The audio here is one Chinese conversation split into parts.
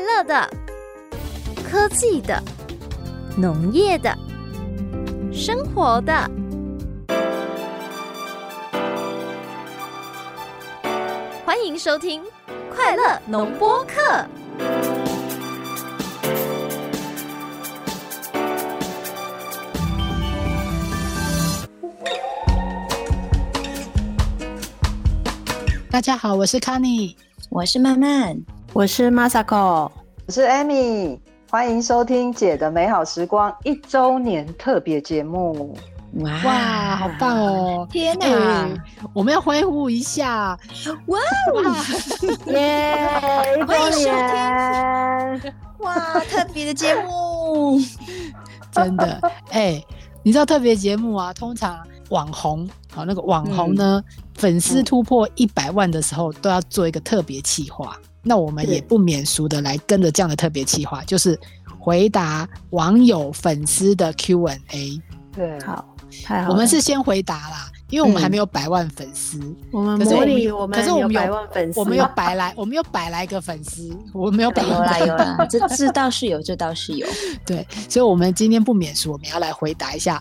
乐的、科技的、农业的、生活的。欢迎收听《快乐农播课》。大家好，我是康妮。我是曼曼，我是 Masako，我是 Amy，欢迎收听《姐的美好时光》一周年特别节目。哇哇，好棒！哦！天哪，哎我们要欢呼一下！哇哦，耶！一欢周迎收听年，哇，特别的节目， 真的，哎、你知道特别节目啊，通常网红，好、那个网红呢，嗯粉丝突破一百万的时候，都要做一个特别企划。那我们对也不免俗的来跟着这样的特别企划，就是回答网友粉丝的 Q&A。对，好，太好了。我们是先回答啦，因为我们嗯还没有百万粉丝，我们可是模拟，我我们们可是我有们有百万粉丝，我们有百来， 我们有百来个粉丝，我们有百有万啦有啦，这这倒是有，这倒是有， 对，所以，我们今天不免俗，我们要来回答一下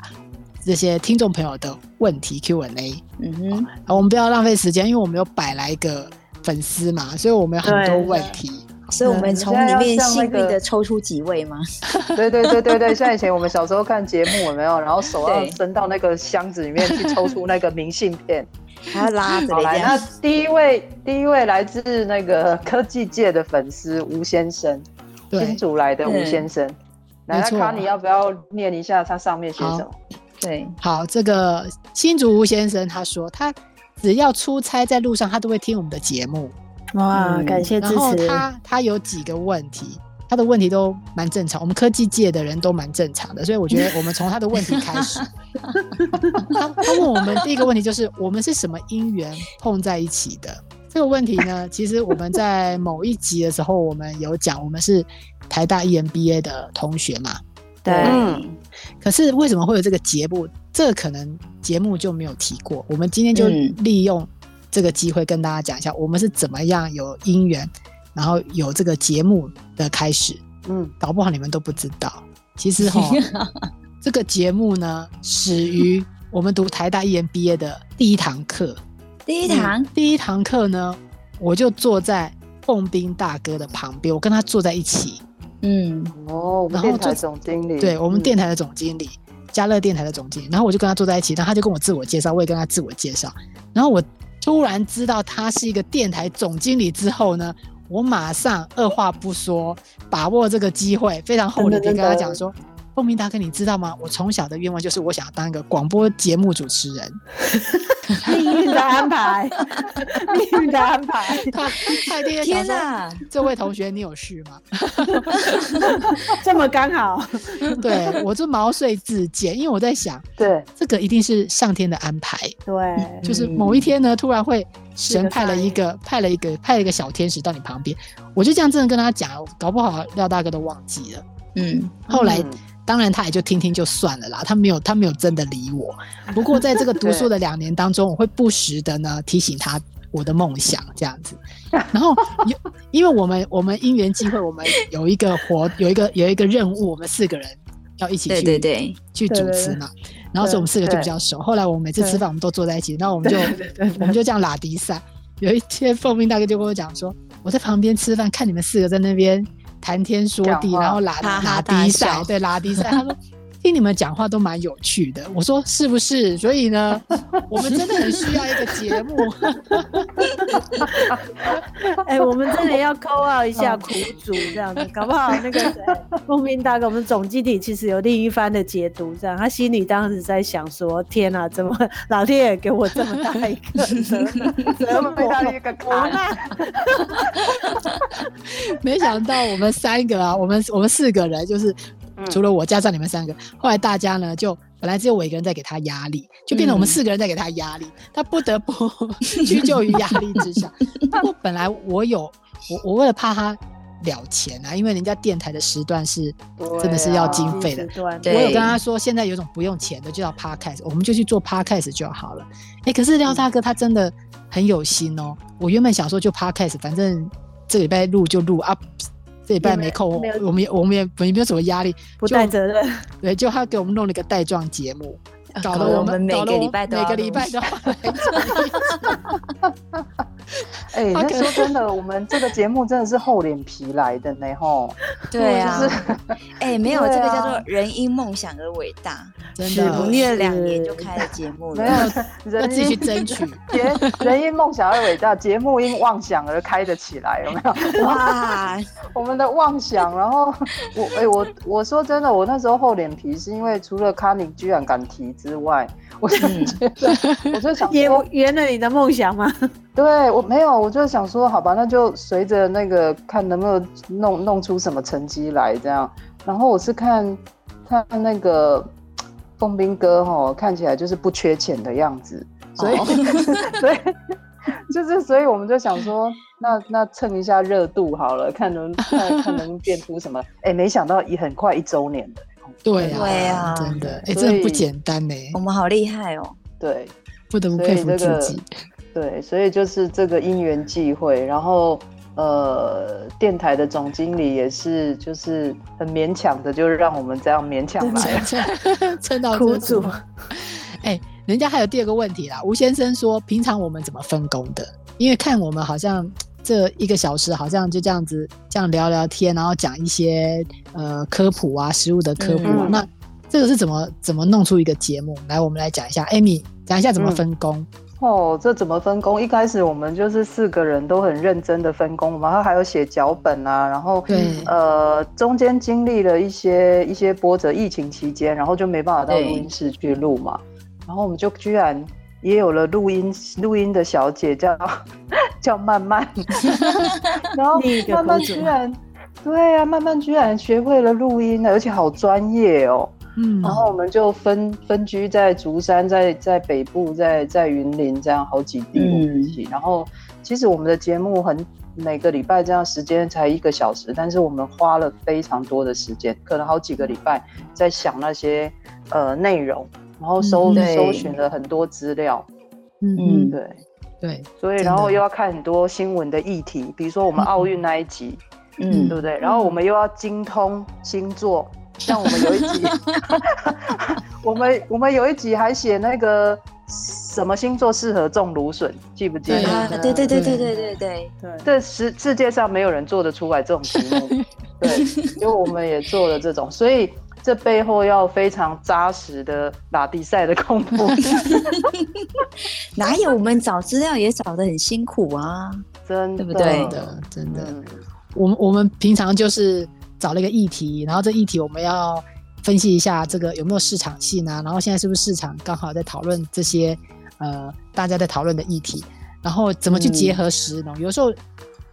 这些听众朋友的问题 Q&A。嗯哼，啊，我们不要浪费时间，因为我们有百来个粉丝嘛，所以我们有很多对问题。所以我们从里面幸运我们现在要像那的个抽出几位吗？对对对对对，像以前我们小时候看节目，有没有？然后手要对伸到那个箱子里面去抽出那个明信 片。还要 拉着好，来，这那样，第一位，第一位来自那个科技界的粉丝吴先生，对新，竹来的吴先生。来，没那错卡尼要不要念一下他上面写什么？对，好，这个新竹吴先生他说，他只要出差在路上，他都会听我们的节目。哇，嗯感谢支然后持，他他有几个问题，他的问题都蛮正常，我们科技界的人都蛮正常的，所以我觉得我们从他的问题开 始。他他问我们第一个问题就是我们是什么因缘碰在一起的？这个问题呢，其实我们在某一集的时候，我们有讲，我们是台大 E EMBA 的同学嘛。对，嗯可是为什么会有这个节目？这个可能节目就没有提过。我们今天就嗯利用这个机会跟大家讲一下，我们是怎么样有姻缘，然后有这个节目的开始。嗯，搞不好你们都不知道，其 实哈，这个节目呢，始于我们读台大 E EMBA 的第一堂课。嗯第一堂第一堂课呢，我就坐在凤斌大哥的旁边，我跟他坐在一起。嗯，哦，我然们后电台就总经理，对我们嗯电台的总经理，嘉乐电台的总经理，然后我就跟他坐在一起，然后他就跟我自我介绍，我也跟他自我介绍，然后我突然知道他是一个电台总经理之后呢，我马上二话不说，把握这个机会，非常厚脸皮真跟的他真的讲说。凤鸣大哥，你知道吗？我从小的愿望就是我想要当一个广播节目主持人。 嗯命运的安排，命运的安排，他他一定会想天说，哪，这位同学你有事吗？ 这么刚好，对我就毛遂自荐，因为我在想，对，这个一定是上天的安排。对，就是嗯某一天呢，突然会神是个派了一个派了一个派了一个小天使到你旁边，我就这样真的跟他讲，搞不好廖大哥都忘记了。嗯，后来嗯当然他也就听听就算了啦，他没有他没有真的理我。不过在这个读书的两年当中，我会不时的呢提醒他我的梦想这样 子。然后有因为我们我们因缘际会，我们有一个活有一个有一个任务，我们四个人要一起去对对对，去主持嘛。然后所以我们四个就比较熟。后来我们每次吃对饭我们都坐在一起，然后我们就对对对我们就这样拉迪赛。有一天，凤鸣大哥就跟我讲说，我在旁边吃饭，看你们四个在那边谈天说地，讲话然后拉哈哈拉大迪笑赛，对拉迪赛。他说听你们讲话都蛮有趣的，我说是不是？所以呢，我们真的很需要一个节目。哎、我们真的要扣二一下嗯苦主这样子，搞不好那个谁，孟斌大哥，我们总经理其实有另一番的解读，这样他心里当时在想说：天啊，怎么老天爷给我这么大一个折折磨？被到一个 坎，没想到我们三个啊，我们我们四个人就是嗯除了我加上你们三个，后来大家呢就本来只有我一个人在给他压力，就变成我们嗯四个人在给他压力，他不得不 屈就于压力之下。不过本来我有我我为了怕他了钱啊，因为人家电台的时段是真的是要经费的。对我对有跟他说，现在有种不用钱的，就叫 podcast，我们就去做 podcast 就好了。哎、可是廖大哥他真的很有心哦。我原本想说就 podcast，反正这个礼拜录就录啊，这礼拜也没没空，没有我们也我们也没没有什么压力，不就带责任，对，就他给我们弄了一个带状节目，搞得我们每搞得个我礼拜都每要个录礼拜都要 来哎、他那可说真的，我们这个节目真的是厚脸皮来的呢，吼。对啊就， 哎，没有这个对啊叫做人因梦想而伟大，真是的不不是念两年就开了节目没了。有要人自己去因争取。节 人因梦想而伟大，节目因妄想而开得起来，有没 有？ 哇，我们的妄想，然后 我哎、我我说真的，我那时候厚脸皮是因为除了卡尼居然敢提之外，我就嗯觉得，我就想也说，圆了你的梦想吗？对我没有，我就想说，好吧，那就随着那个看能不能弄弄出什么成绩来这样。然后我是看看那个凤斌哥哈，看起来就是不缺钱的样子，所以、 所以就是所以我们就想说，那那蹭一下热度好了，看能看看能变出什么。哎，没想到也很快一周年的，对啊，对啊真的，哎，所真的不以简单呢， 我们好厉害哦！对，不得不所佩以服这自个己。对，所以就是这个因缘际会，然后呃，电台的总经理也是，就是很勉强的，就是让我们这样勉强 来了。 撑撑到苦这时候主。哎、人家还有第二个问题啦，吴先生说，平常我们怎么分工的？因为看我们好像这一个小时好像就这样子这样聊聊天，然后讲一些呃科普啊，食物的科普啊。嗯那这个是怎么怎么弄出一个节目来？我们来讲一下，Amy 讲一下怎么嗯分工。哦，这怎么分工？一开始我们就是四个人都很认真的分工，然后还有写脚本啊，然后对呃，中间经历了一些一些波折，疫情期间，然后就没办法到录对音室去录嘛，然后我们就居然也有了录音录音的小姐叫 叫曼 曼，然后另一个慢慢公主居然，对啊，慢慢居然学会了录音了，而且好专业哦。嗯，然后我们就分分居在竹山，在在北部，在在云林这样好几地嗯我们一起。然后其实我们的节目很每个礼拜这样时间才一个小时，但是我们花了非常多的时间，可能好几个礼拜在想那些呃内容，然后搜、嗯对搜寻了很多资料，嗯嗯嗯，对。对，所以，真的然后又要看很多新闻的议题，比如说我嗯们奥运那一集，嗯嗯对，不对？然后我们又要精通星座，像我们有 一集，我们我们有一集还写那个什么星座适合种芦笋，记不记对啊得？对对对对对对对对，对，这世世界上没有人做得出来这种题 目，对，因为我们也做了这种，所以这背后要非常扎实的打比赛的功 夫。哪有我们找资料也找的很辛苦啊？真的，对不对真的真的。嗯我们我们平常就是找了一个议题，然后这议题我们要分析一下这个有没有市场性啊，然后现在是不是市场刚好在讨论这些呃大家在讨论的议题，然后怎么去结合食农？有时候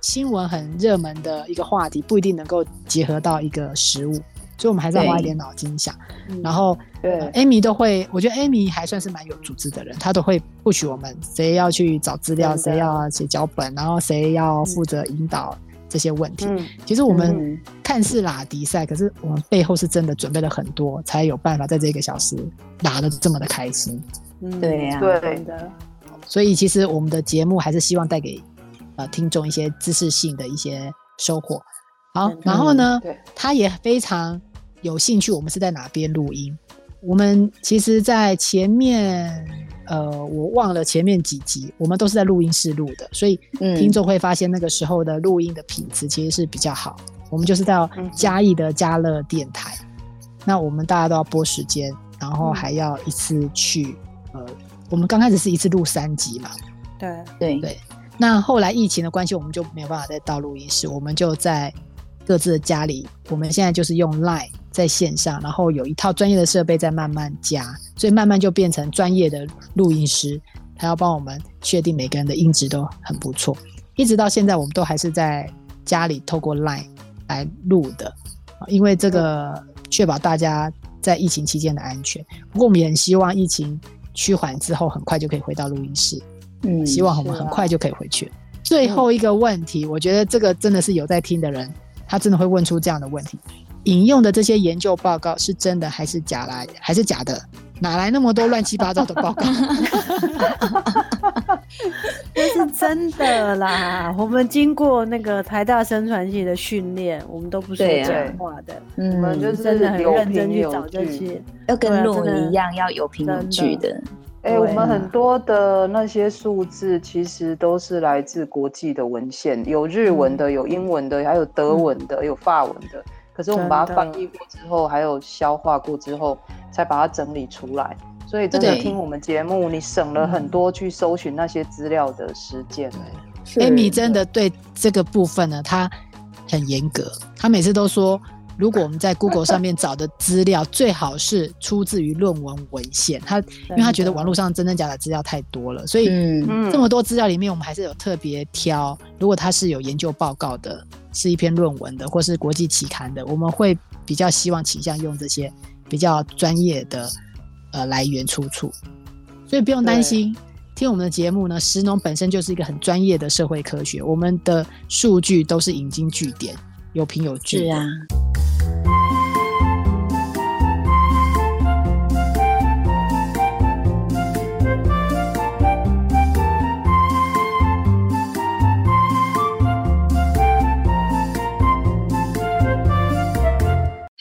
新闻很热门的一个话题不一定能够结合到一个食物，所以我们还是要花一点脑筋想。然后嗯对呃，Amy 都会，我觉得 Amy 还算是蛮有组织的人，她都会不许我们谁要去找资料，真的谁要写脚本，然后谁要负责引导这些问题。嗯，其实我们嗯看似拉迪赛，可是我们背后是真的准备了很多，才有办法在这个小时打的这么的开心。嗯对啊呀对真的，所以其实我们的节目还是希望带给呃听众一些知识性的一些收获。好嗯，然后呢对，他也非常有兴趣，我们是在哪边录音？我们其实，在前面呃，我忘了前面几集，我们都是在录音室录的，所以嗯听众会发现那个时候的录音的品质其实是比较好。我们就是到嗯嘉义的嘉乐电台，那我们大家都要播时间，然后还要一次去呃，我们刚开始是一次录三集嘛，对，对对那后来疫情的关系，我们就没有办法再到录音室，我们就在各自的家里。我们现在就是用 Line 在线上，然后有一套专业的设备在慢慢加，所以慢慢就变成专业的录音师，他要帮我们确定每个人的音质都很不错。一直到现在，我们都还是在家里透过 Line 来录的，啊因为这个确保大家在疫情期间的安全。不过我们也很希望疫情趋缓之后，很快就可以回到录音室。嗯，希望我们是啊很快就可以回去。最后一个问题，我觉得这个真的是有在听的人，他真的会问出这样的问题：引用的这些研究报告是真的还是假来还是假的？哪来那么多乱七八糟的报告？这是真的啦。我们经过那个台大生传系的训练，我们都不说对啊假话的，我们就嗯，是真的很有认真凭去有找这据些。要对啊跟论真的文一样，要有凭有据的。哎、对我啊们很多的那些数字其实都是来自国际的文献，有日文嗯的，有英文的，还有德文的，有法文的。可是我们把它真的翻译过之后，还有消化过之后，才把它整理出来。所以真的对嗯听我们节目，你省了很多去搜寻那些资料的时间。 Amy 真的 对这个部分呢，她很严格。她每次都说，如果我们在 Google 上面找的资料，最好是出自于论文文献。她因为她觉得网络上真真假假资料太多了，所以嗯，嗯这么多资料里面，我们还是有特别挑。如果它是有研究报告的，是一篇论文的，或是国际期刊的，我们会比较希望倾向用这些比较专业的呃来源出处。所以不用担心，听我们的节目呢，石农本身就是一个很专业的社会科学，我们的数据都是引经据典，有凭有据。是啊，，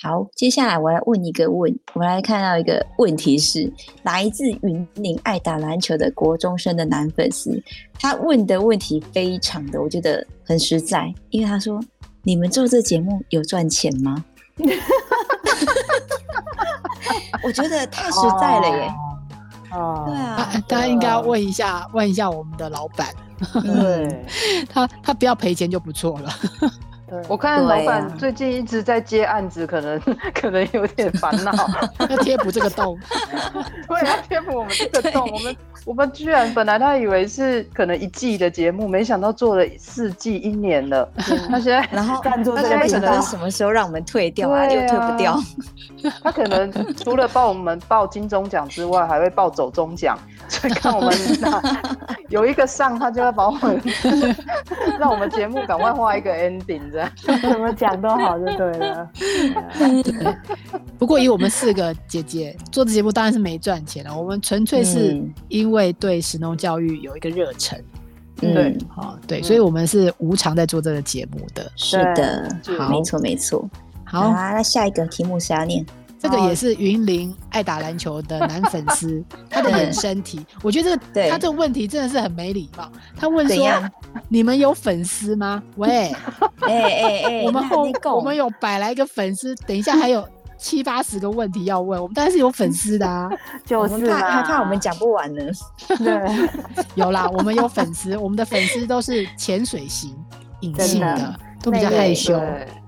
好，接下来我来问一个问，我们来看到一个问题是来自云林爱打篮球的国中生的男粉丝，他问的问题非常的，我觉得很实在，因为他说：“你们做这节目有赚钱吗？” 我觉得太实在了耶，哦，对啊啊，大家应该要问一下，问一下我们的老板，嗯，对，他他不要赔钱就不错了。 对，我看老对啊板最近一直在接案子，可能 可能有点烦 恼。要贴补这个洞，对啊，贴补我们这个洞，对我们我们居然本来他以为是可能一季的节目，没想到做了四季一年了。他现在然后赞助大这大家家没想可个频能到道，什么时候让我们退掉啊，又对啊退不掉，他可能除了报我们报金钟奖之外，还会报走中奖，所以看我们哪有一个上，他就要把我们 让我们节目赶快画一个 ending 这样。怎么讲都好就对了。不过以我们四个姐 姐做的节目，当然是没赚钱了。我们纯粹是嗯因为对神农教育有一个热忱，嗯对，哦，对，所以我们是无偿在做这个节目的。是的，对没错没错。好，啊，那下一个题目是要念，这个也是云林爱打篮球的男粉 丝他的衍生题。我觉得这对个他这个问题真的是很没礼貌。他问怎说样：“你们有粉丝吗？” 喂，哎哎哎，我们那后你讲我们有百来个粉丝，等一下还有七八十个问题要问，我们当然是有粉丝的啊。就我是们怕嘛害怕我们讲不完呢。对，有啦，我们有粉丝，我们的粉丝都是潜水型、隐性真的的，都比较害羞。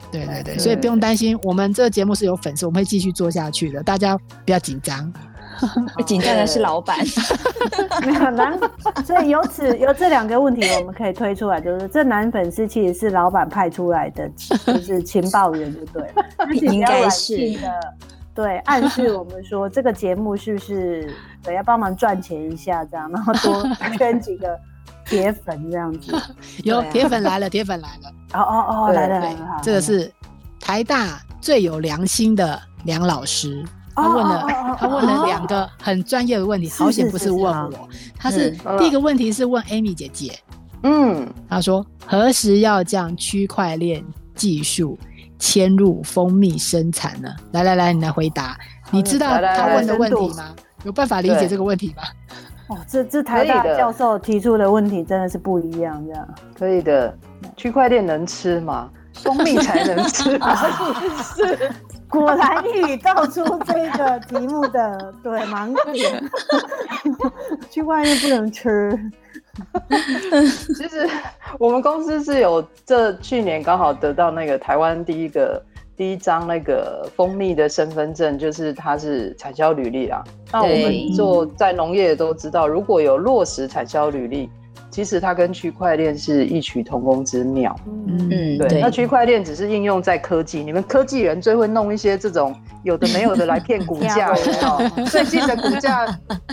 对，对对对，对所以不用担心，我们这个节目是有粉丝，我们会继续做下去的，大家不要紧张。 紧张的是老板，男，所以由此由这两个问题，我们可以推出来，就是这男粉丝其实是老板派出来的，就是情报员，就对了，他其实应比较该软是性的，对，暗示我们说这个节目是不是对要帮忙赚钱一下，这样，然后多圈几个铁粉这样子。有对啊铁粉来了，铁粉来了，哦哦哦，对来了来对了，来了，这个是台大最有良心的梁老师。哦他问了，他问了两个，个很专业的问题，是好险不是是是问好我，他是嗯第一个问题是问 Amy 姐姐，嗯，他说何时要将区块链技术迁入蜂蜜生产呢？来来来，你来回答，你知道来来他来问的问深题度吗？有办法理解对这个问题 吗？哦，这这台大可以的教授提出的问题真的是不一样，这样。可以的。区块链能吃吗？ 蜂蜜才能吃吗？果然一语道出这个题目的对盲点， 去外面不能吃。其实我们公司是有这去年刚好得到那个台湾第一个第一张那个蜂蜜的身份证，就是它是产销履历啦。那我对们做在农业都知道，如果有落实产销履历，其实它跟区块链是异曲同工之妙。嗯，嗯，对，对那，区块链只是应用在科技，你们科技人最会弄一些这种有的没有的来骗股价，有没有最近的股价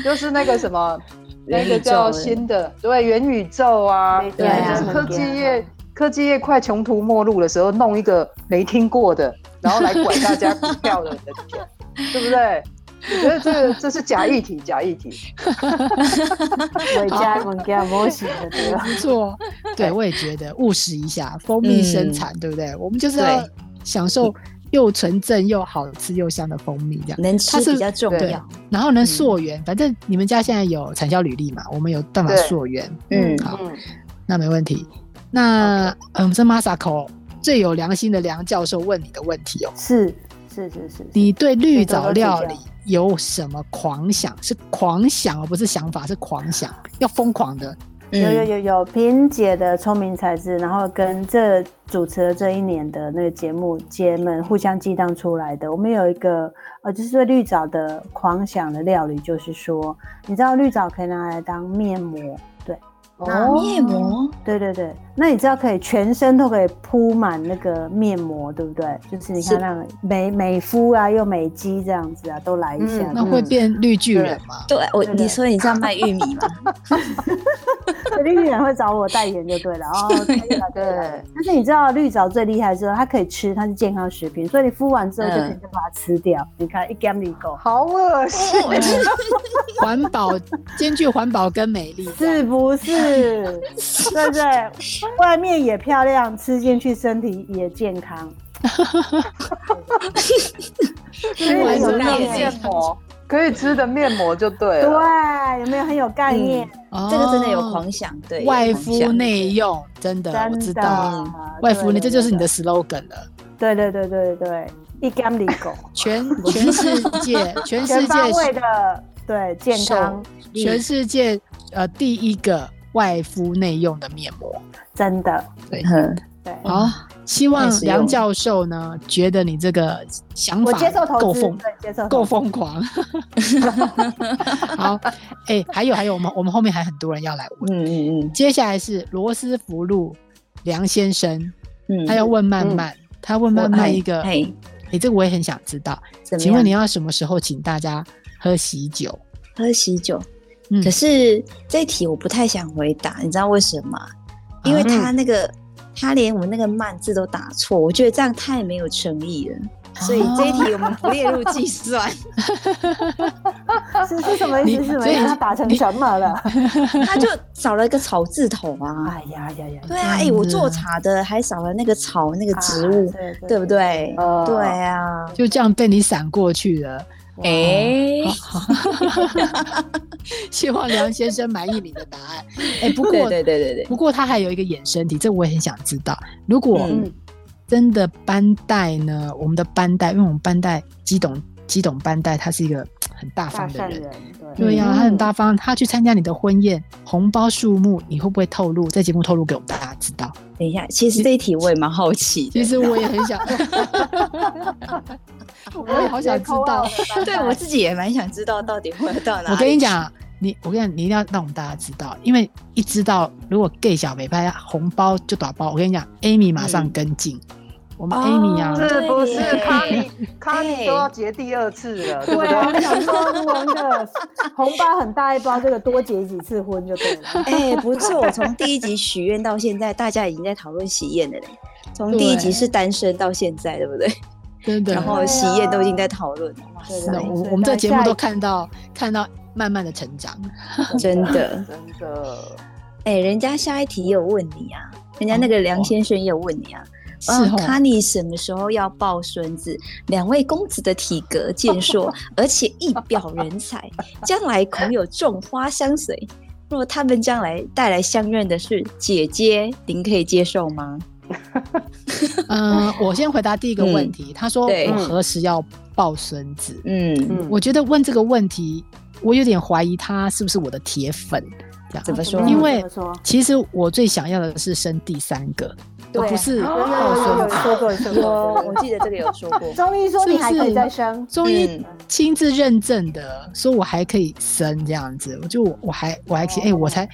就是那个什么，那个叫新的，对，元宇宙啊，对啊就是科技业科技业快穷途末路的时候，弄一个没听过的，然后来管大家股票的人的钱，对不对？我觉得这个这是假议题，假议题。我家我家模型的 对吧？没错，哦对我也觉得务实一下，蜂蜜生产，嗯对不对？我们就是要对享受又纯正又好吃又香的蜂蜜，这样。嗯能它吃是比较重对要。然后呢，溯源，反正你们家现在有产销履历嘛，我们有办法对溯源，嗯好，嗯，那没问题。那呃我们这 Masako 最有良心的梁教授问你的问题哦，是是是是，你对绿藻料可以理多多有什么狂想？是狂想而不是想法，是狂想，要疯狂的。有有嗯，有有，萍姐的聪明才智，然后跟这主持了这一年的那个节目姐们互相激荡出来的。我们有一个呃，就是对绿藻的狂想的料理，就是说，你知道绿藻可以拿来当面膜，那哦面膜，对对对。那你知道可以全身都可以铺满那个面膜，对不对？就是你是看那个美美肤啊，又美肌这样子啊，都来一下。嗯那 会变绿巨人吗？ 对我对对你说你知道卖玉米吗？绿巨人会找我代言就对了哦。对了对了对，但是你知道绿藻最厉害的是它可以吃，它是健康食品，所以你敷完之后就可以嗯就把它吃掉。你看一 gam 里狗好恶心。环保兼具环保跟美丽，是不是？ 对不对？外面也漂亮，吃进去身体也健康。可以完吃全的没有面膜，可以吃的面膜就啊对对啊了。，有没有很有概念？哦 这个真的有狂想，对，有外狂敷想内用，真的啊我知真的道。嗯，外敷内，对这就是你的。slogan 了。对对对对对对，一 gam 里狗， 全全世界，全 世全方位界，的对健康，全世界，呃，第一个外敷内用的面膜。真的嗯对。好，希望太实用梁了教授呢，觉得你这个想我法接受投够资，疯，对，接受投资够疯 狂。好，哎、还有还有，我们我们后面还很多人要来问。嗯嗯嗯接下来是罗斯福路梁先生，嗯，他要问曼曼，他问曼曼一个，哎、嘿，这个我也很想知道，怎么请问样你要什么时候请大家喝喜酒？喝喜酒？嗯可是这一题我不太想回答，你知道为什么吗？啊因为他那个、他连我那个慢字都打错，我觉得这样太没有诚意了。所以这一题我们不列入计算。啊是是什么你意思？是什么所以意思？他打成什么了？ 他就少了一个草字头啊。 哎呀呀呀！对啊，这样哎、我子做啊茶的还少了那个草那个啊植物，对对不？对？呃对啊，就这样被你闪过去了。哎、希望梁先生满意你的答案。哎、不过对对对对对，不过他还有一个衍生题，这我也很想知道。如果嗯真的班带呢？我们的班带，因为我们班带基董基董班带，他是一个很大大方的善人。人，对，对呀、嗯他很大方。他去参加你的婚宴，红包数目你会不会透露？在节目透露给我们大家知道。嗯等一下，其实这一题我也蛮好奇的其。实我也很想， 我也好想知道。对我自己也蛮想知道到底会到哪里。我跟你，讲，啊你我跟你讲，你一定要让我们大家知道，因为一知道，如果 gay 小北派红包就打包，我跟你讲，Amy 马上跟进。我们嗯哦 Amy 啊，是不是对耶卡尼卡尼哎都要结第二次了，对不对对啊，？我想说，如果那个红包很大一包，这个多结几次婚就对了。 哎、不错，我从第一集许愿到现在，大家已经在讨论喜宴了嘞。从第一集对是单身到现在，对不对？真的。然后喜宴都已经在讨论了，哇对是的，塞，我所以我们这在个节目下都一看到看到慢慢的成长。真的。真的，哎、人家下一题也有问你啊，人家那个梁先生也有问你啊。是嗯，哦，卡尼什么时候要抱孙子？两位公子的体格健 硕，而且一表人才，将来恐有种花相随。若他们将来带来相认的是姐姐，您可以接受吗？嗯，我先回答第一个问题。他说嗯对我何时要抱孙子？嗯，嗯，我觉得问这个问题，我有点怀疑他是不是我的铁粉。这样怎么说？因为怎么说其实我最想要的是生第三个，对哦而不是有有抱有有有孙子。哦说过说有，过，我记得这个有说过。中医说你还可以再生，中医嗯亲自认证的，说我还可以生这样子，我就我我还我还可以，哎、我才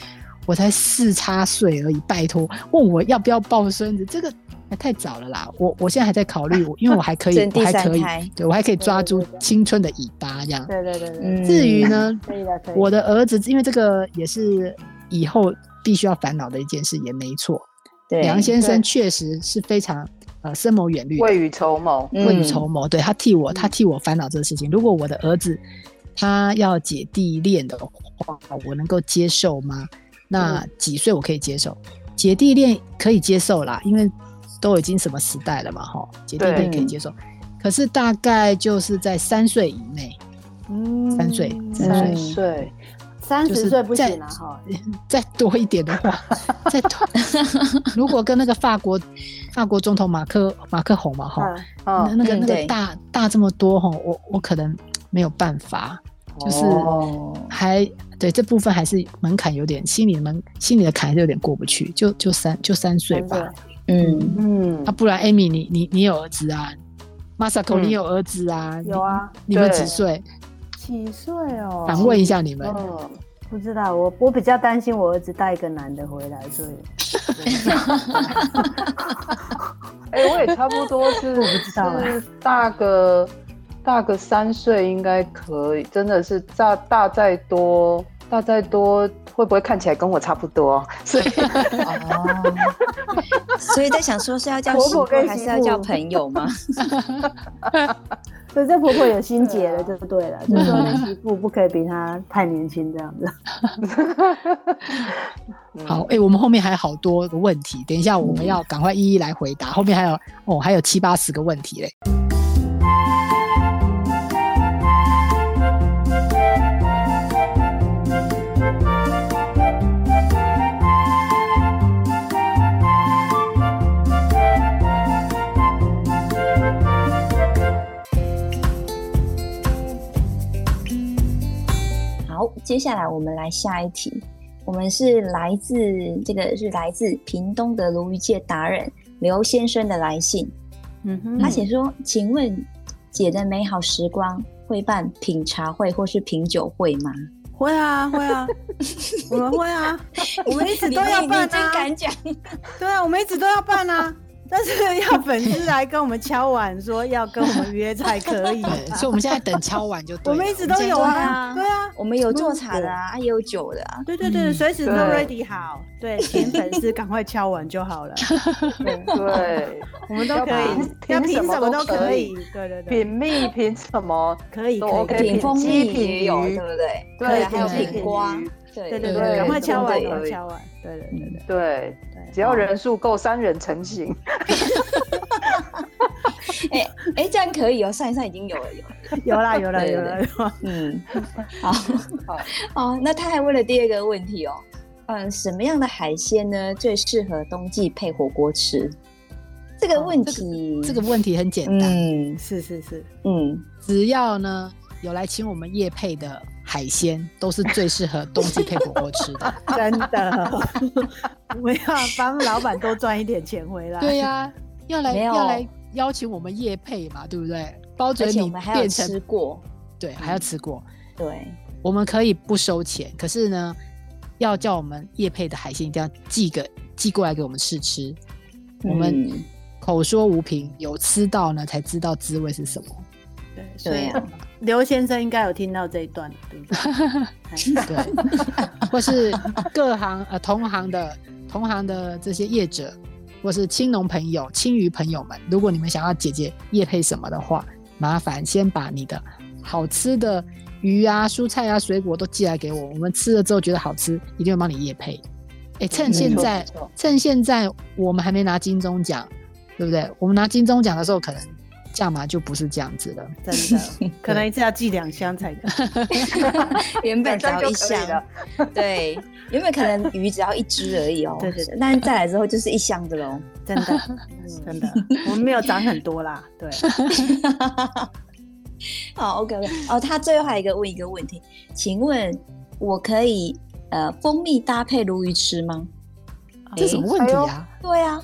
我才四叉岁而已，拜托，问我要不要抱孙子，这个还太早了啦。我我现在还在考虑，我因为我还 可以生，第我还三可以胎，对我还可以抓住对对对青春的尾巴这样。对对对对， 嗯至于，呢，可以的可以的。我的儿子，因为这个也是以后必须要烦恼的一件事，也没错。对，梁先生对确实是非常呃深谋远虑的，未雨绸缪，嗯未雨绸缪，对他替我，他替我烦恼这个事情。如果我的儿子他要姐弟恋的话，我能够接受吗？那嗯几岁我可以接受？姐弟恋可以接受啦，因为都已经什么时代了嘛，哈，姐弟恋可以接受。可是大概就是在三岁以内，嗯三岁三三岁，三就是十岁不在行了啊哈，再多一点的话，再 多，如果跟那个法国法国总统马克马克宏嘛，哈、啊那嗯，那个那嗯个对大大这么多哈，我我可能没有办法，就是哦还对这部分还是门槛有点，心里的门心里的坎还是有点过不去，就就三就三岁吧三岁，嗯，嗯啊，，不然 Amy 你你你有儿子啊，Masako 嗯你有儿子啊，有啊，你，你们对几岁？几岁哦？反问一下你们，嗯不知道，我我比较担心我儿子带一个男的回来，所以哎，我也差不多是我不知道啊是大个大个三岁应该可以，真的是大大再多大再多会不会看起来跟我差不多？所以哦，所以在想说是要叫婆师傅婆跟还是媳要叫妇朋友吗？所以这婆婆有心结了，就对啊了，就说嗯那媳妇不可以比他太年轻这样子。嗯好，哎、我们后面还有好多个问题，等一下我们要赶快一一来回答。后面还有哦，还有七八十个问题嘞。好，接下来我们来下一题。我们是来自这个是来自屏东的鲈鱼界达人刘先生的来信，嗯他哼，写说：“请问姐的美好时光会办品茶会或是品酒会吗？会啊会啊，我们会啊， 我们一直你都要你办真啊敢，讲，对啊，我们一直都要办啊。但是要粉丝来跟我们敲碗说要跟我们约才可以啊、对，所以我们现在等敲完就对 我了。们一直都有对啊，啊对啊，我们有做茶的啊，也有酒的啊。对对对，嗯随时都对 ready 好， 对，请粉丝赶快敲完就好了，对， 对，我们都可要以凭，要凭凭什什么都么都可可以以，对对对品，蜜凭什么？可以都可 OK，以，品蜂鸡蜜品也有，鱼对不对？对对，还有对品瓜品鱼，对对对对对，赶快对敲完，对赶快对敲完，对对对对嗯 对，对，只要人数够，三人成型。哎哎，这样可以哦，上一上已经有了有了。有啦有啦对有对啦，对有啦 嗯，好，好，那他还问了第二个问题哦，嗯，什么样的海鲜呢最适合冬季配火锅吃？这个问题，这个问题很简单， 嗯是是是，嗯，只要呢有来请我们叶配的海鲜，都是最适合冬季配火锅吃的。真的， 我要帮老板多赚一点钱回来，对呀、 要来没有要来邀请我们叶配嘛，对不对？包而准且我你们还有变吃嗯成过，对，还要吃过。对，我们可以不收钱，可是呢，要叫我们叶配的海鲜一定要寄个寄过来给我们试吃。我们嗯口说无凭，有吃到呢才知道滋味是什么。对，所对以啊，刘先生应该有听到这一段，对 不对？哎 对，或是各行呃同行的同行的这些业者，或是青农朋友、青鱼朋友们，如果你们想要姐姐叶配什么的话，麻烦先把你的好吃的鱼啊、蔬菜啊、水果都寄来给我，我们吃了之后觉得好吃，一定会帮你叶配。哎，趁嗯现没错在没错趁现在我们还没拿金钟奖，对不对？我们拿金钟奖的时候，可能价码就不是这样子了。哎真的，可能一次要寄两箱才可以。原本只这样要就一可以箱了，对，原本可能鱼只要一只而已哦，对对对但是再来之后就是一箱的喽，真的，真嗯 的，我们没有涨很多啦。对，好，OK OK。哦，他最后还有一个问一个问题，请问我可以呃蜂蜜搭配鲈鱼吃吗？这什么问题啊？对啊，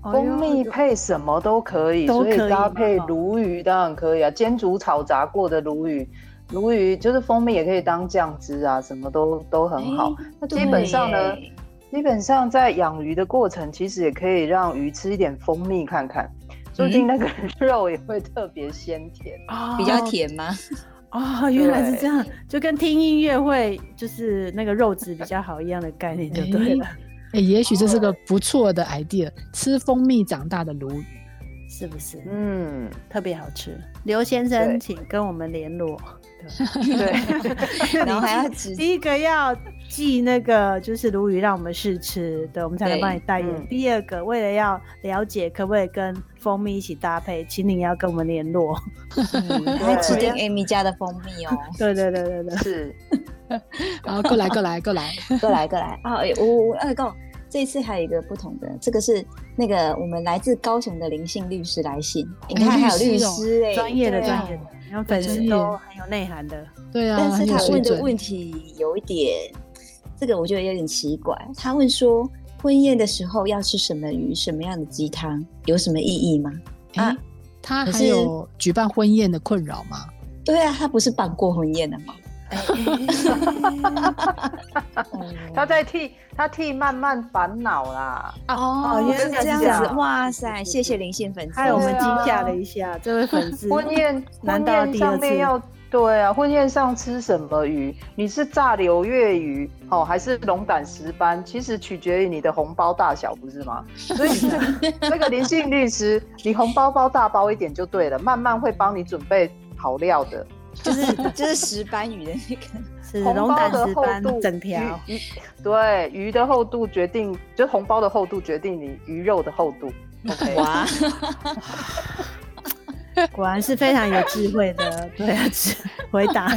哎蜂蜜配什么都可以，所都可以以搭嘛配哦鲈鱼当然可以啊，煎煮炒炸过的鲈鱼，鲈鱼就是蜂蜜也可以当酱汁啊，什么都都很好。哎，那基本上呢对耶哦基本上在养鱼的过程，其实也可以让鱼吃一点蜂蜜看看，说不嗯定那个肉也会特别鲜甜。哦比较甜吗？哦，原来是这样，就跟听音乐会就是那个肉质比较好一样的概念就对了。哎哎、也许这是个不错的 idea，吃蜂蜜长大的鲈鱼，是不是？嗯，特别好吃。刘先生，对请跟我们联络。嗯对， 然后还要指第一个要寄那个就是鲈鱼让我们试吃，对，我们才能对帮你代言。嗯第二个，为了要了解可不可以跟蜂蜜一起搭配，请你要跟我们联络。嗯还指定 Amy 家的蜂蜜哦。对对对对对，是好，啊过来，过来，过来，过来过来啊！哎我我我二公，这一次还有一个不同的，这个是那个我们来自高雄的林姓律师来信，你看哎还有律律师哦师哎，专业 的对啊专业的，然后粉丝都很有内涵的。对啊，但是很有他水问的准。问题有一点，这个我觉得有点奇怪。他问说，婚宴的时候要吃什么鱼、什么样的鸡汤，有什么意义吗？哎啊，他可还是有举办婚宴的困扰吗？对啊，他不是办过婚宴的吗？他在替他替慢慢烦恼啦。哦原来是是这样这样子，哇塞，谢谢灵性粉丝， 还有我们对惊啊吓了一下，这位粉丝婚宴嗯难婚道宴第二上次面要对啊，婚宴上吃什么鱼？你是炸流月鱼哦，还是龙胆石斑？其实取决于你的红包大小，不是 吗？所以这个这个林姓律师，你红包包大包一点就对了，慢慢会帮你准备好料的。就是就是石斑鱼的那个，是红龙包胆的石厚斑度，整条。鱼鱼对鱼的厚度决定，就红包的厚度决定你鱼肉的厚 度。OK，哇，果然是非常有智慧的，对啊，是回 答。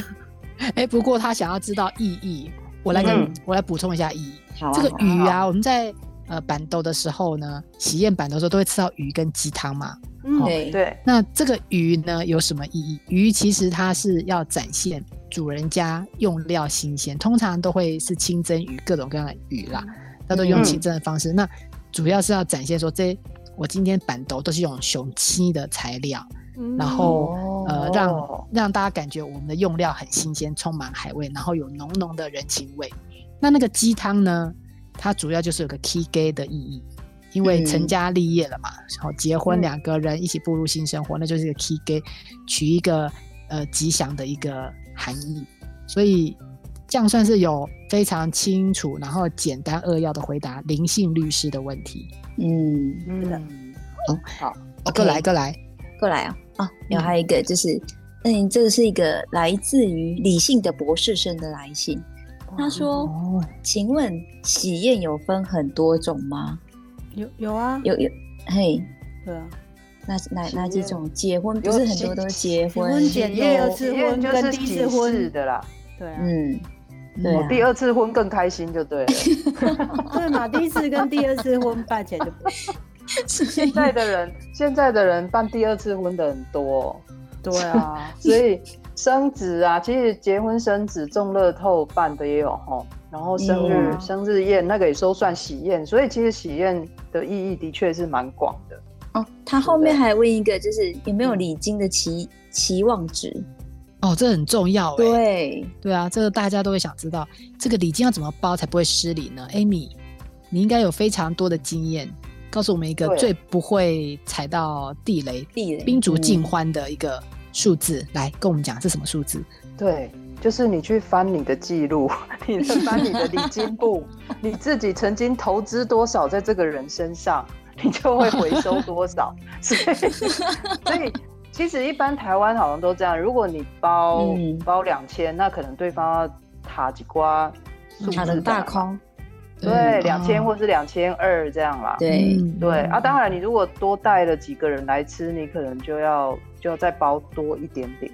哎，不过他想要知道意义，我来跟、嗯我来补充一下意义。 好啊这个好啊鱼啊，我们在呃板豆的时候呢，喜宴板豆的时候都会吃到鱼跟鸡汤嘛。嗯，对对，那这个鱼呢有什么意义？鱼其实它是要展现主人家用料新鲜，通常都会是清蒸鱼，各种各样的鱼啦，那都用嗯清蒸的方式。那主要是要展现说这。我今天板豆都是用雄七的材料，嗯 然后、呃哦让让大家感觉我们的用料很新鲜，充满海味，然后有浓浓的人情味。那那个鸡汤呢，它主要就是有个 key gay 的意义，因为嗯成家立业了嘛，然后结婚嗯两个人一起步入新生活，那就是一个 key gay，取一个呃吉祥的一个含义。所以这样算是有非常清楚，然后简单扼要的回答灵性律师的问题。嗯，嗯，哦，过 OK 来，过来，过来啊、哦、啊，有还有一个就是，嗯，这个是一个来自于理性的博士生的来信，他说：“哦请问喜宴有分很多种吗？有有啊，有有嘿，对啊，那那喜宴那这种结婚不是很多都是结婚结婚简喜第宴二次喜宴婚就跟是第一喜次婚事的啦。对啊，嗯，对我啊，第二次婚更开心就 对了，对嘛，第一次跟第二次婚办起 来就不所以现在的人现在的人办第二次婚的很多哦、对啊，啊，所以生子啊，其实结婚生子中乐透办的也有吼，然后生日、嗯生日宴那个也说算喜宴，所以其实喜宴的意义的确是蛮广的。哦，他后面还问一个，就是有没有礼金的期期望值？哦，这很重要、欸。嗯对，对啊，这个大家都会想知道，这个礼金要怎么包才不会失礼呢？Amy，你应该有非常多的经验，告诉我们一个对最不会踩到地雷、地嗯雷宾主尽欢的一个数字，来跟我们讲是什么数字？对，就是你去翻你的记录， 你的翻你的礼 金簿，你自己曾经投资多少在这个人身上，你就会回收多少。所 以，所以其实一般台湾好像都这样，如果你包、嗯包两千，那可能对方要塔几瓜。数卡字的的大嘛空，对，两千哦或是两千二这样啦。对，嗯对啊，当然你如果多带了几个人来吃，你可能就要就要再包多一点点。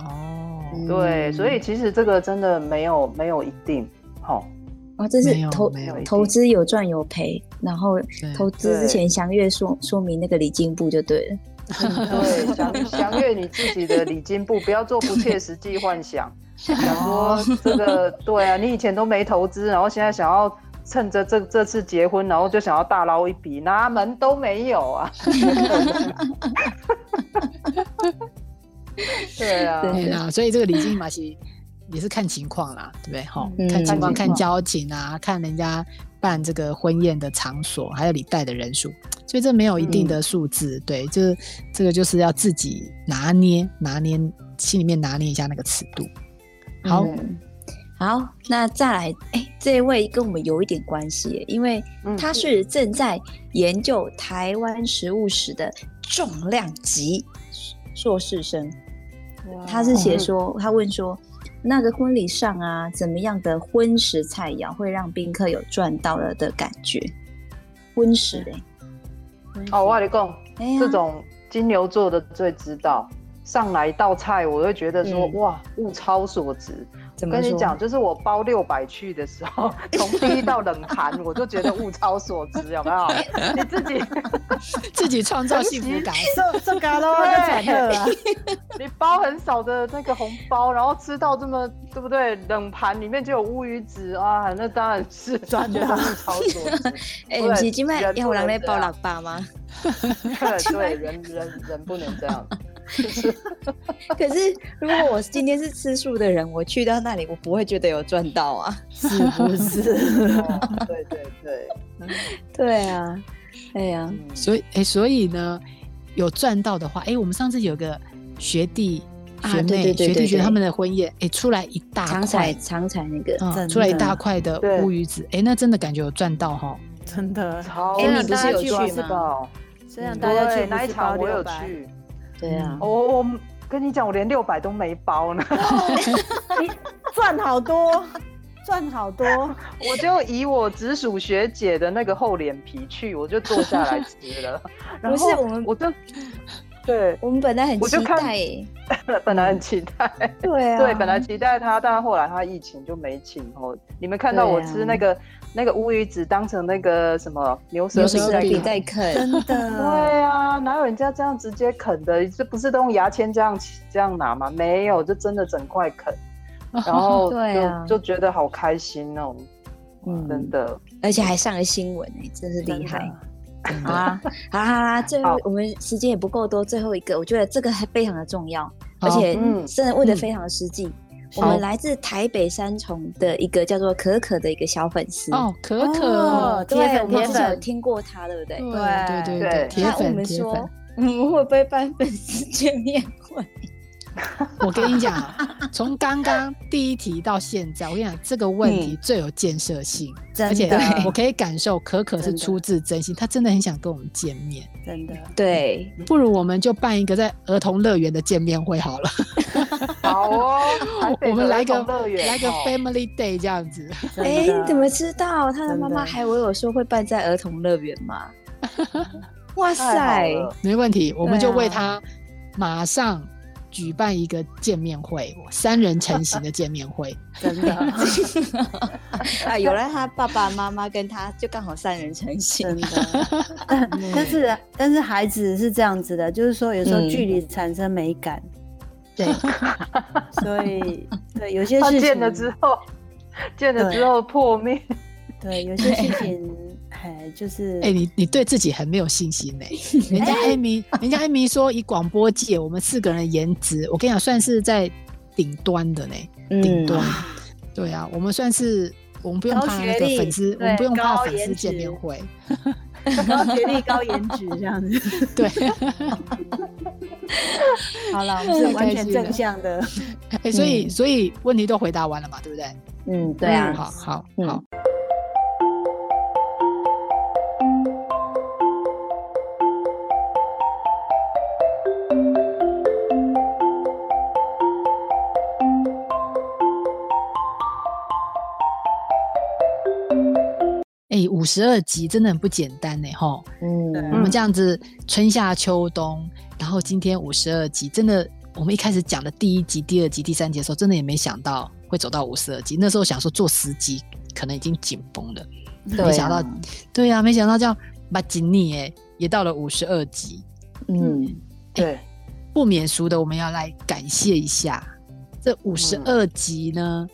哦，对，嗯所以其实这个真的没有没有一定，好、 哦，这没是有投没有一定投资有赚有赔，然后对投资之对前详阅说说明那个礼金簿就对了。对，详详阅你自己的礼金簿，不要做不切实际幻 想，想说这个哦对啊，你以前都没投资，然后现在想要。趁着这这次结婚，然后就想要大捞一笔，哪门都没有 啊！ 对啊，对对啦，所以这个礼金嘛，其实也是看情况啦，对不对？哈、嗯看情况、看情看况交情啊，看人家办这个婚宴的场所，还有礼待的人数，所以这没有一嗯定的数字，对，就是这个就是要自己拿捏拿捏，心里面拿捏一下那个尺度。好，嗯好，那再来，哎，这一位跟我们有一点关系耶，因为嗯他是正在研究台湾食物史的重量级硕士生。他是嗯写说，他问说，那个婚礼上啊，怎么样的荤食菜肴会让宾客有赚到了的感觉？荤食嘞、哦，我跟你讲，哎呀这种金牛座的最知道。上来一道菜，我会觉得说、嗯哇，物超所值。怎我么跟说你讲，，就是我包六百去的时候，从第一道冷盘，我就觉得物超所值，有没有？你自己，自己创造幸福感。这这嘎咯，就惨 了啊！你包很少的那个红包，然后吃到这么，对不对？冷盘里面就有乌鱼子啊，那当然 是赚觉到得物超所值。啊哎、不不然是今麦人要不人能来这包 样喇叭吗？对，人人人不能 这样。可是如果我今天是吃素的人，我去到那里，我不会觉得有赚到啊。是不是？哦对对对，对啊，哎呀、嗯所以，哎、所以呢，有赚到的话，哎、我们上次有个学弟、啊学妹、对对对学对弟学妹对他们的婚宴，哎、出来一大常彩块，常彩那个，嗯，真出来一的大块的对乌鱼子，哎、那真的感觉有赚到哈。真的，超哎让你不大是家有去玩是吗吧？虽然大家嗯对，去不那一是包场我有六百，去，对啊，我我跟你讲，我连六百都没包呢， 赚好多，赚好多，我就以我直属学姐的那个厚脸皮去，我就坐下来吃了。嗯然不是后我们我就对，我们本来很我期就看待、欸，本来很期待，对啊，对，本来期待他，但后来他疫情就没请哦。你们看到我对吃啊那个那个乌鱼子当成那个什么牛舌有饼时候在比啃。在啃，真的，对啊，哪有人家这样直接啃的？这不是都用牙签这样起这样拿吗？没有，就真的整块啃，然后就、对啊就觉得好开心哦，真嗯，的。 而且还上了新闻、欸，真是厉害。真好的啊， 好啦好啦，最后好我们时间也不够多，最后一个，我觉得这个还非常的重要，好而且嗯真的问的非常的实际。我好们来自台北三重的一个叫做可可的一个小粉丝，哦，可可，哦铁粉对，我们铁之前有粉听过他，对不对？对对对对对，对嗯铁他问我粉们铁粉说。，我们会不会办粉丝见面 会？我跟你讲，啊从刚刚第一题到现在，我跟你讲这个问题最有建设性，真的而且 我可以感受可可是真的出自真心，他真的很想跟我们见面。真 的，对，不如我们就办一个在儿童乐园的见面会好了，好哦，台北我们的来儿个童乐园来个哦 Family Day 这样子。哎，你怎么知道他的真妈妈的还为我说会办在儿童乐园 吗？哇太塞好，了没问题，我们就为他马上举办一个见面会，三人成型的见面会。真 的， 啊，有了他爸爸妈妈跟他就刚好三人成型， 真 的。但是但是孩子是这样子的，就是说有时候嗯距离产生美 感，对，所以对有些他事啊见情了之后，见了之后破灭，对有些事情，哎，就是哎、你你对自己很没有信心呢、人家哎艾米，人家艾米说，以广播界我们四个人的颜值，我跟你讲，算是在顶端的呢、嗯顶端。对啊，我们算是我们不用高怕学那个历粉丝，我们对不用怕高粉颜丝见值面会。高学历、高颜值这样子。对， 好 了，我们是完全正向的。哎、所以嗯所以问题都回答完了嘛，对不对？嗯，对啊嗯，好好嗯好。哎，五十二集真的很不简单呢，吼！我嗯，们这样子春夏秋冬，然后今天五十二集，真的，我们一开始讲的第一集、第二集、第三集的时候，真的也没想到会走到五十二集。那时候想说做十集可能已经紧绷了，对啊没想到，对呀、啊，没想到这样把紧腻哎，也到了五十二集。嗯，对，不免俗的，我们要来感谢一下这五十二集呢。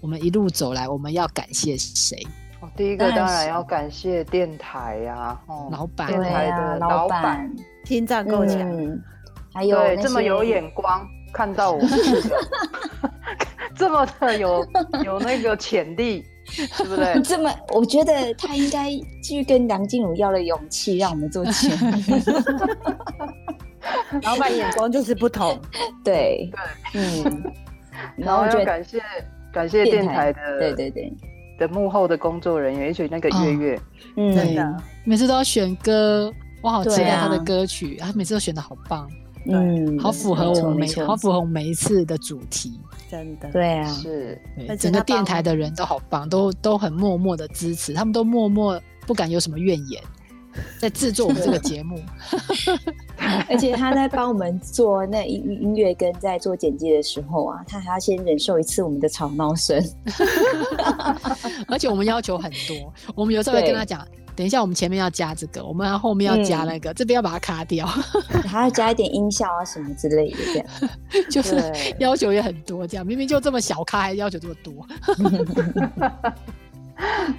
我们一路走来，我们要感谢谁？哦第一个当然当然是要感谢电台呀、哦老板电对台啊，的老老板，板心脏够强，嗯还有对，那这么些有，眼光，看到我这个， 这么的有有那个潜力，对 不对？ 这么，我觉得他应该去跟梁静茹要了勇气，让我们做节 目。老板眼光就是不同。对，对，嗯，然然后我 后要觉得感谢感谢电台的对对对，的幕后的工作人员，也许那个哦月月，嗯，真的每次都要选歌，我好期对待啊他的歌曲，他每次都选的好棒，嗯，好符合没我错们没每错，好符合我们每一次的主题。真的，对啊，是对而，且整个他电帮台的人都好棒，都都很默默的支持，他们都默默不敢有什么怨言，在制作我们这个节目。而且他在帮我们做那音音乐跟在做简介的时候啊，他还要先忍受一次我们的吵闹声。 而且我们要求很多，我们有时候会跟他讲，等一下我们前面要加这个，我们后面要加那个，这边要把它卡掉，还要加一点音效啊什么之类的， 这样。 就是 对要求也很多。这样明明就这么小咖，还要求这么多，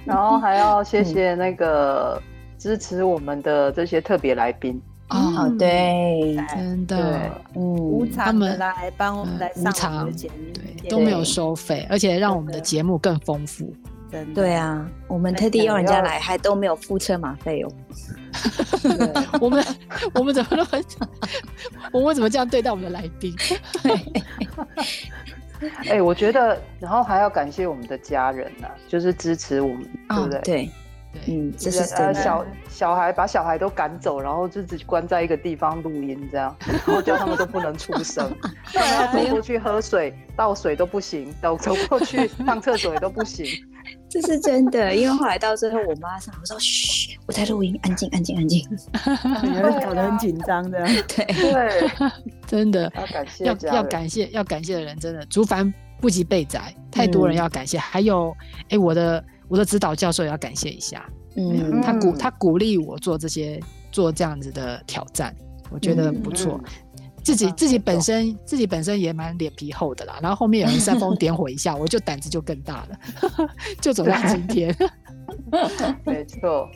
然后还要谢谢那个支持我们的这些特别来宾，嗯哦，对，真对的，无嗯，偿的们来帮我们来嗯无上偿我们的节目，对，也都没有收费，而且让我们的真的节目更丰富。真的对啊，我们特地要人家来，还都没有付车马费哦。 我们我们怎么都很，我们怎么这样对待我们的来宾？哎、我觉得，然后还要感谢我们的家人呐、就是支持我们，对哦不对？，对，对，嗯，这就是是真呃的。小小孩把小孩都赶走，然后就只关在一个地方录音这样，然后叫他们都不能出声，他啊们要走 过去喝水、倒水都不行，走走过去上厕所也都不行。这是真的，因为后来到最后，我妈上来我说：“嘘，我在录音，安静，安静，安静。你会搞得很紧张 的，”对，对，真的要感谢要家人，要感谢要感谢的人，真的竹凡不及被宰，太多人嗯要感谢。还有，哎，我的我的指导教授也要感谢一下，嗯，他鼓嗯他鼓励我做这些做这样子的挑战，我觉得嗯不错。自己嗯自己本身自己本身也蛮脸皮厚的啦，然后后面有人煽风点火一下，我就胆子就更大了， 就走到今天。嗯没错。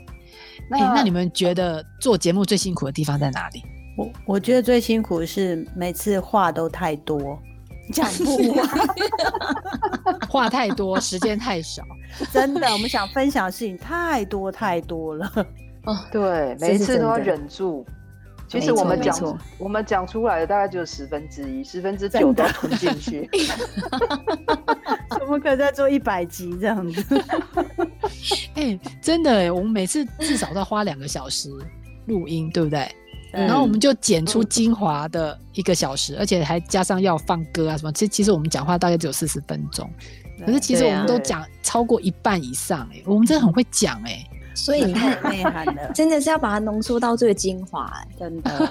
那、哎，那嗯你们觉得做节目最辛苦的地方在哪里？我我觉得最辛苦的是每次话都太多，讲不完。 话太多，时间太少， 真的，我们想分享的事情太多太多了。对这每是一次真都要的忍住。其没实我错们没讲错我们讲出来的大概只有十分之一，十分之九真的都吞进去。怎么可能再做一百集这样子？哎、真的哎、我们每次至少都要花两个小时录音，对不对？嗯然后我们就剪出精华的一个小时，而且还加上要放歌啊什么。其其实我们讲话大概只有四十分钟，可是其实对我啊们都讲超过一半以上哎、我们真的很会讲哎、所以你看，太内涵 了，真的是要把它浓缩到最精华、哎真的。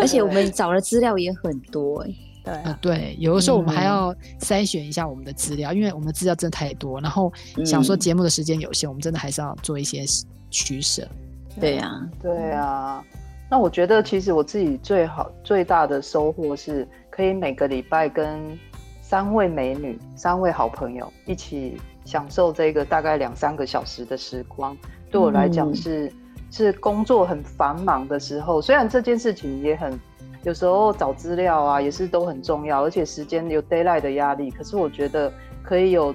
而且我们找的资料也很多、哎对啊啊、对，有的时候我们还嗯要筛选一下我们的资料，因为我们的资料真的太多，然后想说嗯节目的时间有限，我们真的还是要做一些取舍。对啊，对啊，那我觉得其实我自己最好最大的收获是，可以每个礼拜跟三位美女、三位好朋友一起享受这个大概两三个小时的时光，对我来讲嗯是、是工作很繁忙的时候，虽然这件事情也很。有时候找资料啊，也是都很重要，而且时间有 d a y l i g h t 的压力。可是我觉得可以有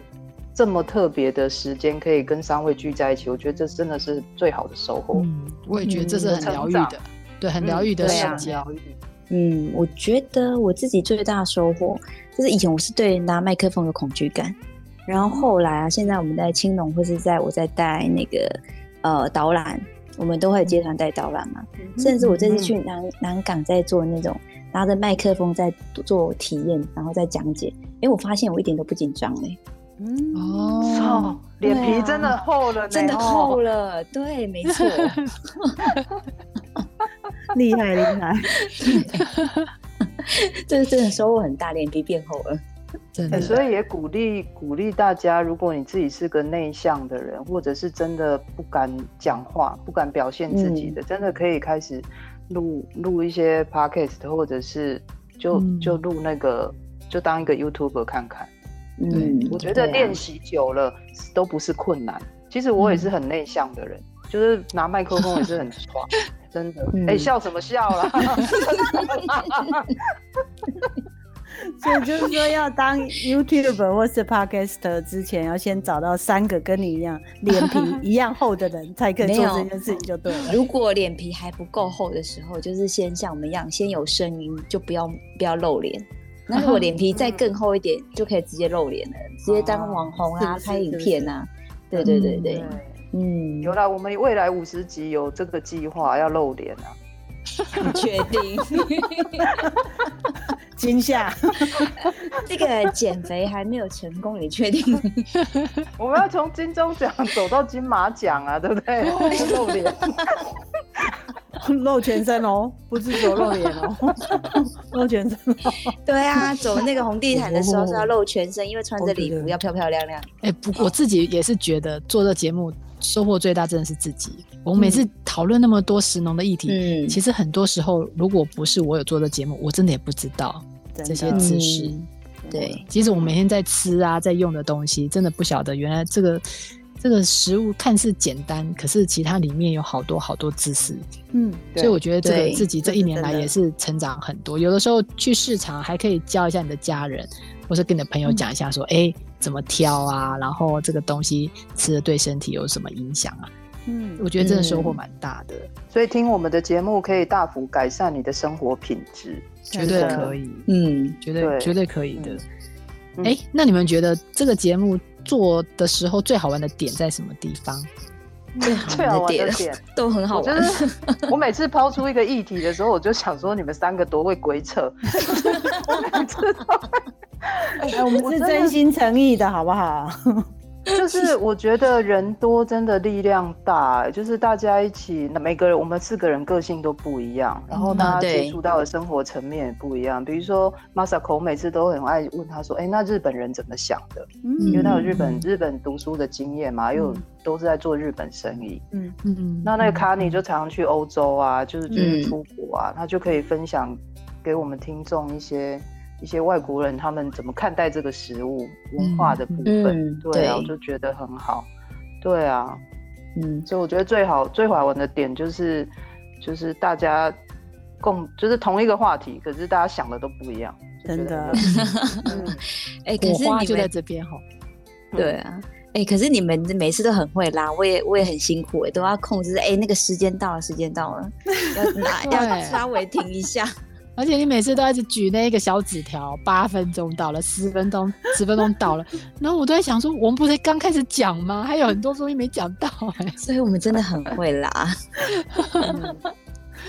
这么特别的时间，可以跟三位聚在一起，我觉得这真的是最好的收获。嗯，我也觉得这是嗯很疗成愈长的，对，很疗愈的对时啊间。嗯，我觉得我自己最大的收获就是以前我是对拿麦克风有恐惧感，然后后来啊，现在我们在青龙或是在我在带那个呃导览，我们都会接团带导览嘛，甚至我这次去南南港在做那种拿着麦克风在做体验，然后再讲解，哎，我发现我一点都不紧张嘞、嗯，哦操，，脸对皮啊真的厚了呢，哦真的哦厚了。了，对，没 错，厉害厉害，这真的收获很大，脸皮变厚了。真哎的，所以也鼓励鼓励大家，如果你自己是个内向的人，或者是真的不敢讲话、不敢表现自己的，真的可以开始录录一些 podcast，或者是就、嗯就录那个，就当一个 YouTuber 看看。嗯，我觉得对啊练习久了都不是困难。其实我也是很内向的人，就是拿麦克风也是很 爽，真的。哎、嗯笑什么笑啊 啦？所以就是说，要当 YouTuber 或是 Podcaster 之前，要先找到三个跟你一样脸皮一样厚的人，才可以做这件事情，就对了。如果脸皮还不够厚的时候，就是先像我们一样，先有声音，就不要不要露脸，那如果脸皮再更厚一点，就可以直接露脸了，直接当网红啊，是拍是影是片啊。对对对对，嗯，有啦，我们未来五十集有这个计划要露脸啊。确定。 惊吓， 这个减肥还没有成功，你确定？我们要从金钟奖走到金马奖啊，对不对？就露脸，露全身哦，不是只有露脸哦，露全身哦。 对啊，走那个红地毯的时候是要露全身，因为穿着礼哦对服对要漂漂亮亮。哎、不过我自己也是觉得做这节目收获最大真的是自己。我每嗯次讨论那么多食农的议题，嗯，其实很多时候如果不是我有做这节目，我真的也不知道真的这些知识。嗯对，即使我每天在吃啊，在用的东西，真的不晓得原来这个这个食物看似简单，可是其它里面有好多好多知识。嗯，对所以我觉得这对个自己这这是一年来真的也是成长很多。有的时候去市场还可以教一下你的家人，或是跟你的朋友讲一下说，哎、怎么挑啊，然后这个东西吃的对身体有什么影响啊？嗯，我觉得真的收获蛮大的，所以听我们的节目可以大幅改善你的生活品质。绝真对的可以，嗯，绝对对绝对可以的。嗯哎、那你们觉得这个节目做的时候最好玩的点在什么地方？最最好好玩玩的的点点都很好我就玩。是我每次抛出一个议题的时候，我就想说你们三个多会鬼扯。我每次都哎，我们 是真心诚意的，好不好？就是我觉得人多真的力量大，欸就是大家一起，那每个人我们四个人个性都不一样，然后嗯大家对接触到的生活层面也不一样。比如说 Masako 每次都很爱问他说：“哎，那日本人怎么想的？”因为嗯他有日本日本读书的经验嘛，又有嗯都是在做日本生意。嗯，那那个卡尼就常常去欧洲啊，就是就是嗯出国啊，他就可以分享给我们听众一些一些外国人他们怎么看待这个食物文化的部分。嗯，对啊，我就觉得很好。对啊，嗯，所以我觉得最好最好玩的点就是就是大家共就是同一个话题，可是大家想的都不一样，就觉真得的很有趣。嗯哎，可火是花你就在们这边哈。对啊。哎、可是你们每次都很会拉，我也我也很辛苦哎、都要控制哎、那个时间到了，时间到了，要拿要对稍微停一 下，而且你每次都一直举那个小纸条，八分钟到了，十分 钟，十分钟到了，然后我都在想说，我们不是刚开始讲吗？还有很多东西没讲到哎、 所以我们真的很会拉。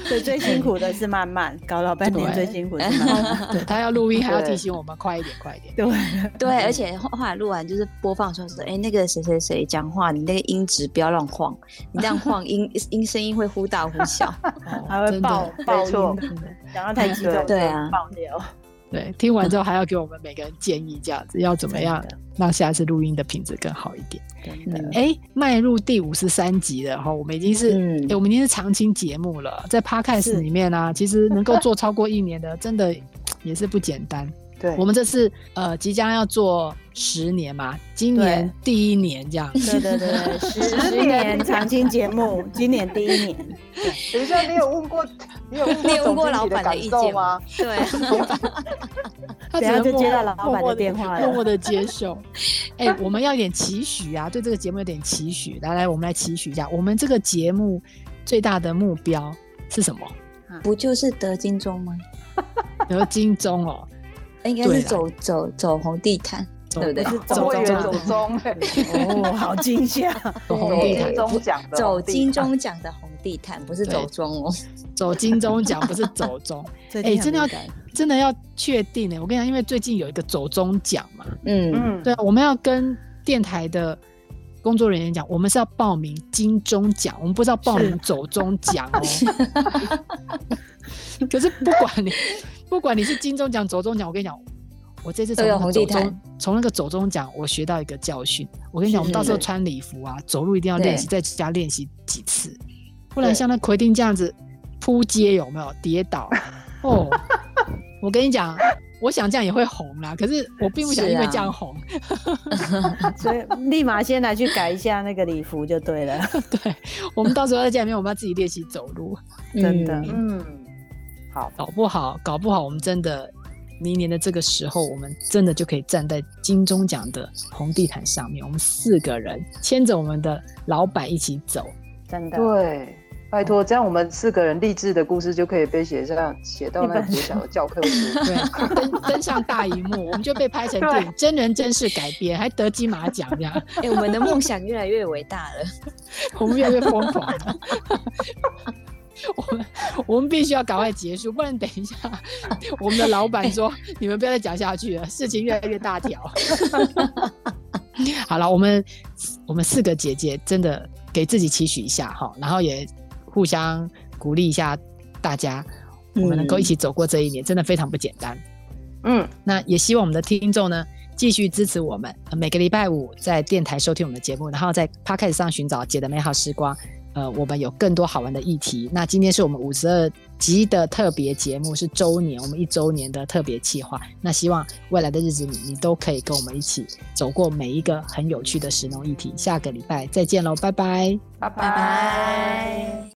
对，最辛苦的是慢慢搞老半天，对最辛苦的是慢 慢。对他要录音，还要提醒我们快一点，快一点。对， 对，而且后后来录完就是播放的时候说，哎、那个谁谁谁讲话，你那个音质不要乱晃，你 这样晃音音声音会忽大忽小。哦还会真爆的，爆没错音的，讲到太激动，对啊爆掉。对，听完之后还要给我们每个人建议，这样子要怎么样真让下次录音的品质更好一点。真的，嗯哎，迈入第五十三集了哈，我们已经是。 嗯哎，我们已经是常青节目了，在 Podcast 是里面啊，其实能够做超过一年的，真的也是不简单。对，我们这次呃即将要做十年嘛，今年第一年这样。对对对，十十年长青节 目，今年第一年，等一下，你有问过你有问你过有问过总经老理的板的意感受见吗？？对啊，他只等下能就默接到老默板默的地电话了默默的接 受。哎、我们要有点期许啊，对这个节目有点期许。来来，我们来期许一下，我们这个节目最大的目标是 什么？不就是得金钟吗？哎得金钟 哦，应该对是啦走走走红地毯，走对不对？是总走会走员走走中，嘿哦，好惊吓，走红走地金 毯，钟奖的走红地金毯钟奖的红地毯，不是对走钟哦。走金钟奖不是走钟， 最哎、近很真的要敏感真的要确定欸呢、我跟你讲，因为最近有一个走钟奖嘛，嗯，嗯，对啊，我们要跟电台的工作人员讲，我们是要报名金钟奖，我们不是要报名是走钟奖 哦。可是不管你 不管你是金钟奖、走钟奖，我跟你讲，我这次从都有那个红地走钟毯从那个走钟奖，我学到一个教训。我跟你讲，我们到时候对穿礼服啊，走路一定要练习，在家练习几次，不然对像那奎丁这样子扑街有没有跌倒？哦，我跟你讲。我想这样也会红啦，可是我并不想是因为啊这样红， 所以立马先来去改一下那个礼服就对了， 我们到时候在家里面，我们要自己练习走路，真的嗯嗯，好，搞不好，搞不好我们真的明年的这个时候，我们真的就可以站在金钟奖的红地毯上面，我们四个人牵着我们的老板一起走，真的。对，拜托，这样我们四个人励志的故事就可以被写上写到那一个本国小的教科书。对，登登上大荧幕，我们就被拍成电影，真人真事改编，还得金马奖这样，哎、我们的梦想越来越伟大了。 我们越来越疯狂了。我们我们必须要赶快结束，不然等一下我们的老板说你们不要再讲下去了，事情越来越大条。 好了，我们我们四个姐姐真的给自己期许一下哈，然后也互相鼓励一下大家，我们能够一起走过这一年，真的非常不简单。嗯，那也希望我们的听众呢继续支持我们，呃每个礼拜五在电台收听我们的节目，然后在 Podcast 上寻找姐的美好时光。呃，我们有更多好玩的议题。那今天是我们五十二集的特别节目，是周年，我们一周年的特别企划。那希望未来的日子里，你都可以跟我们一起走过每一个很有趣的石农议题。下个礼拜再见喽，拜拜。拜拜拜。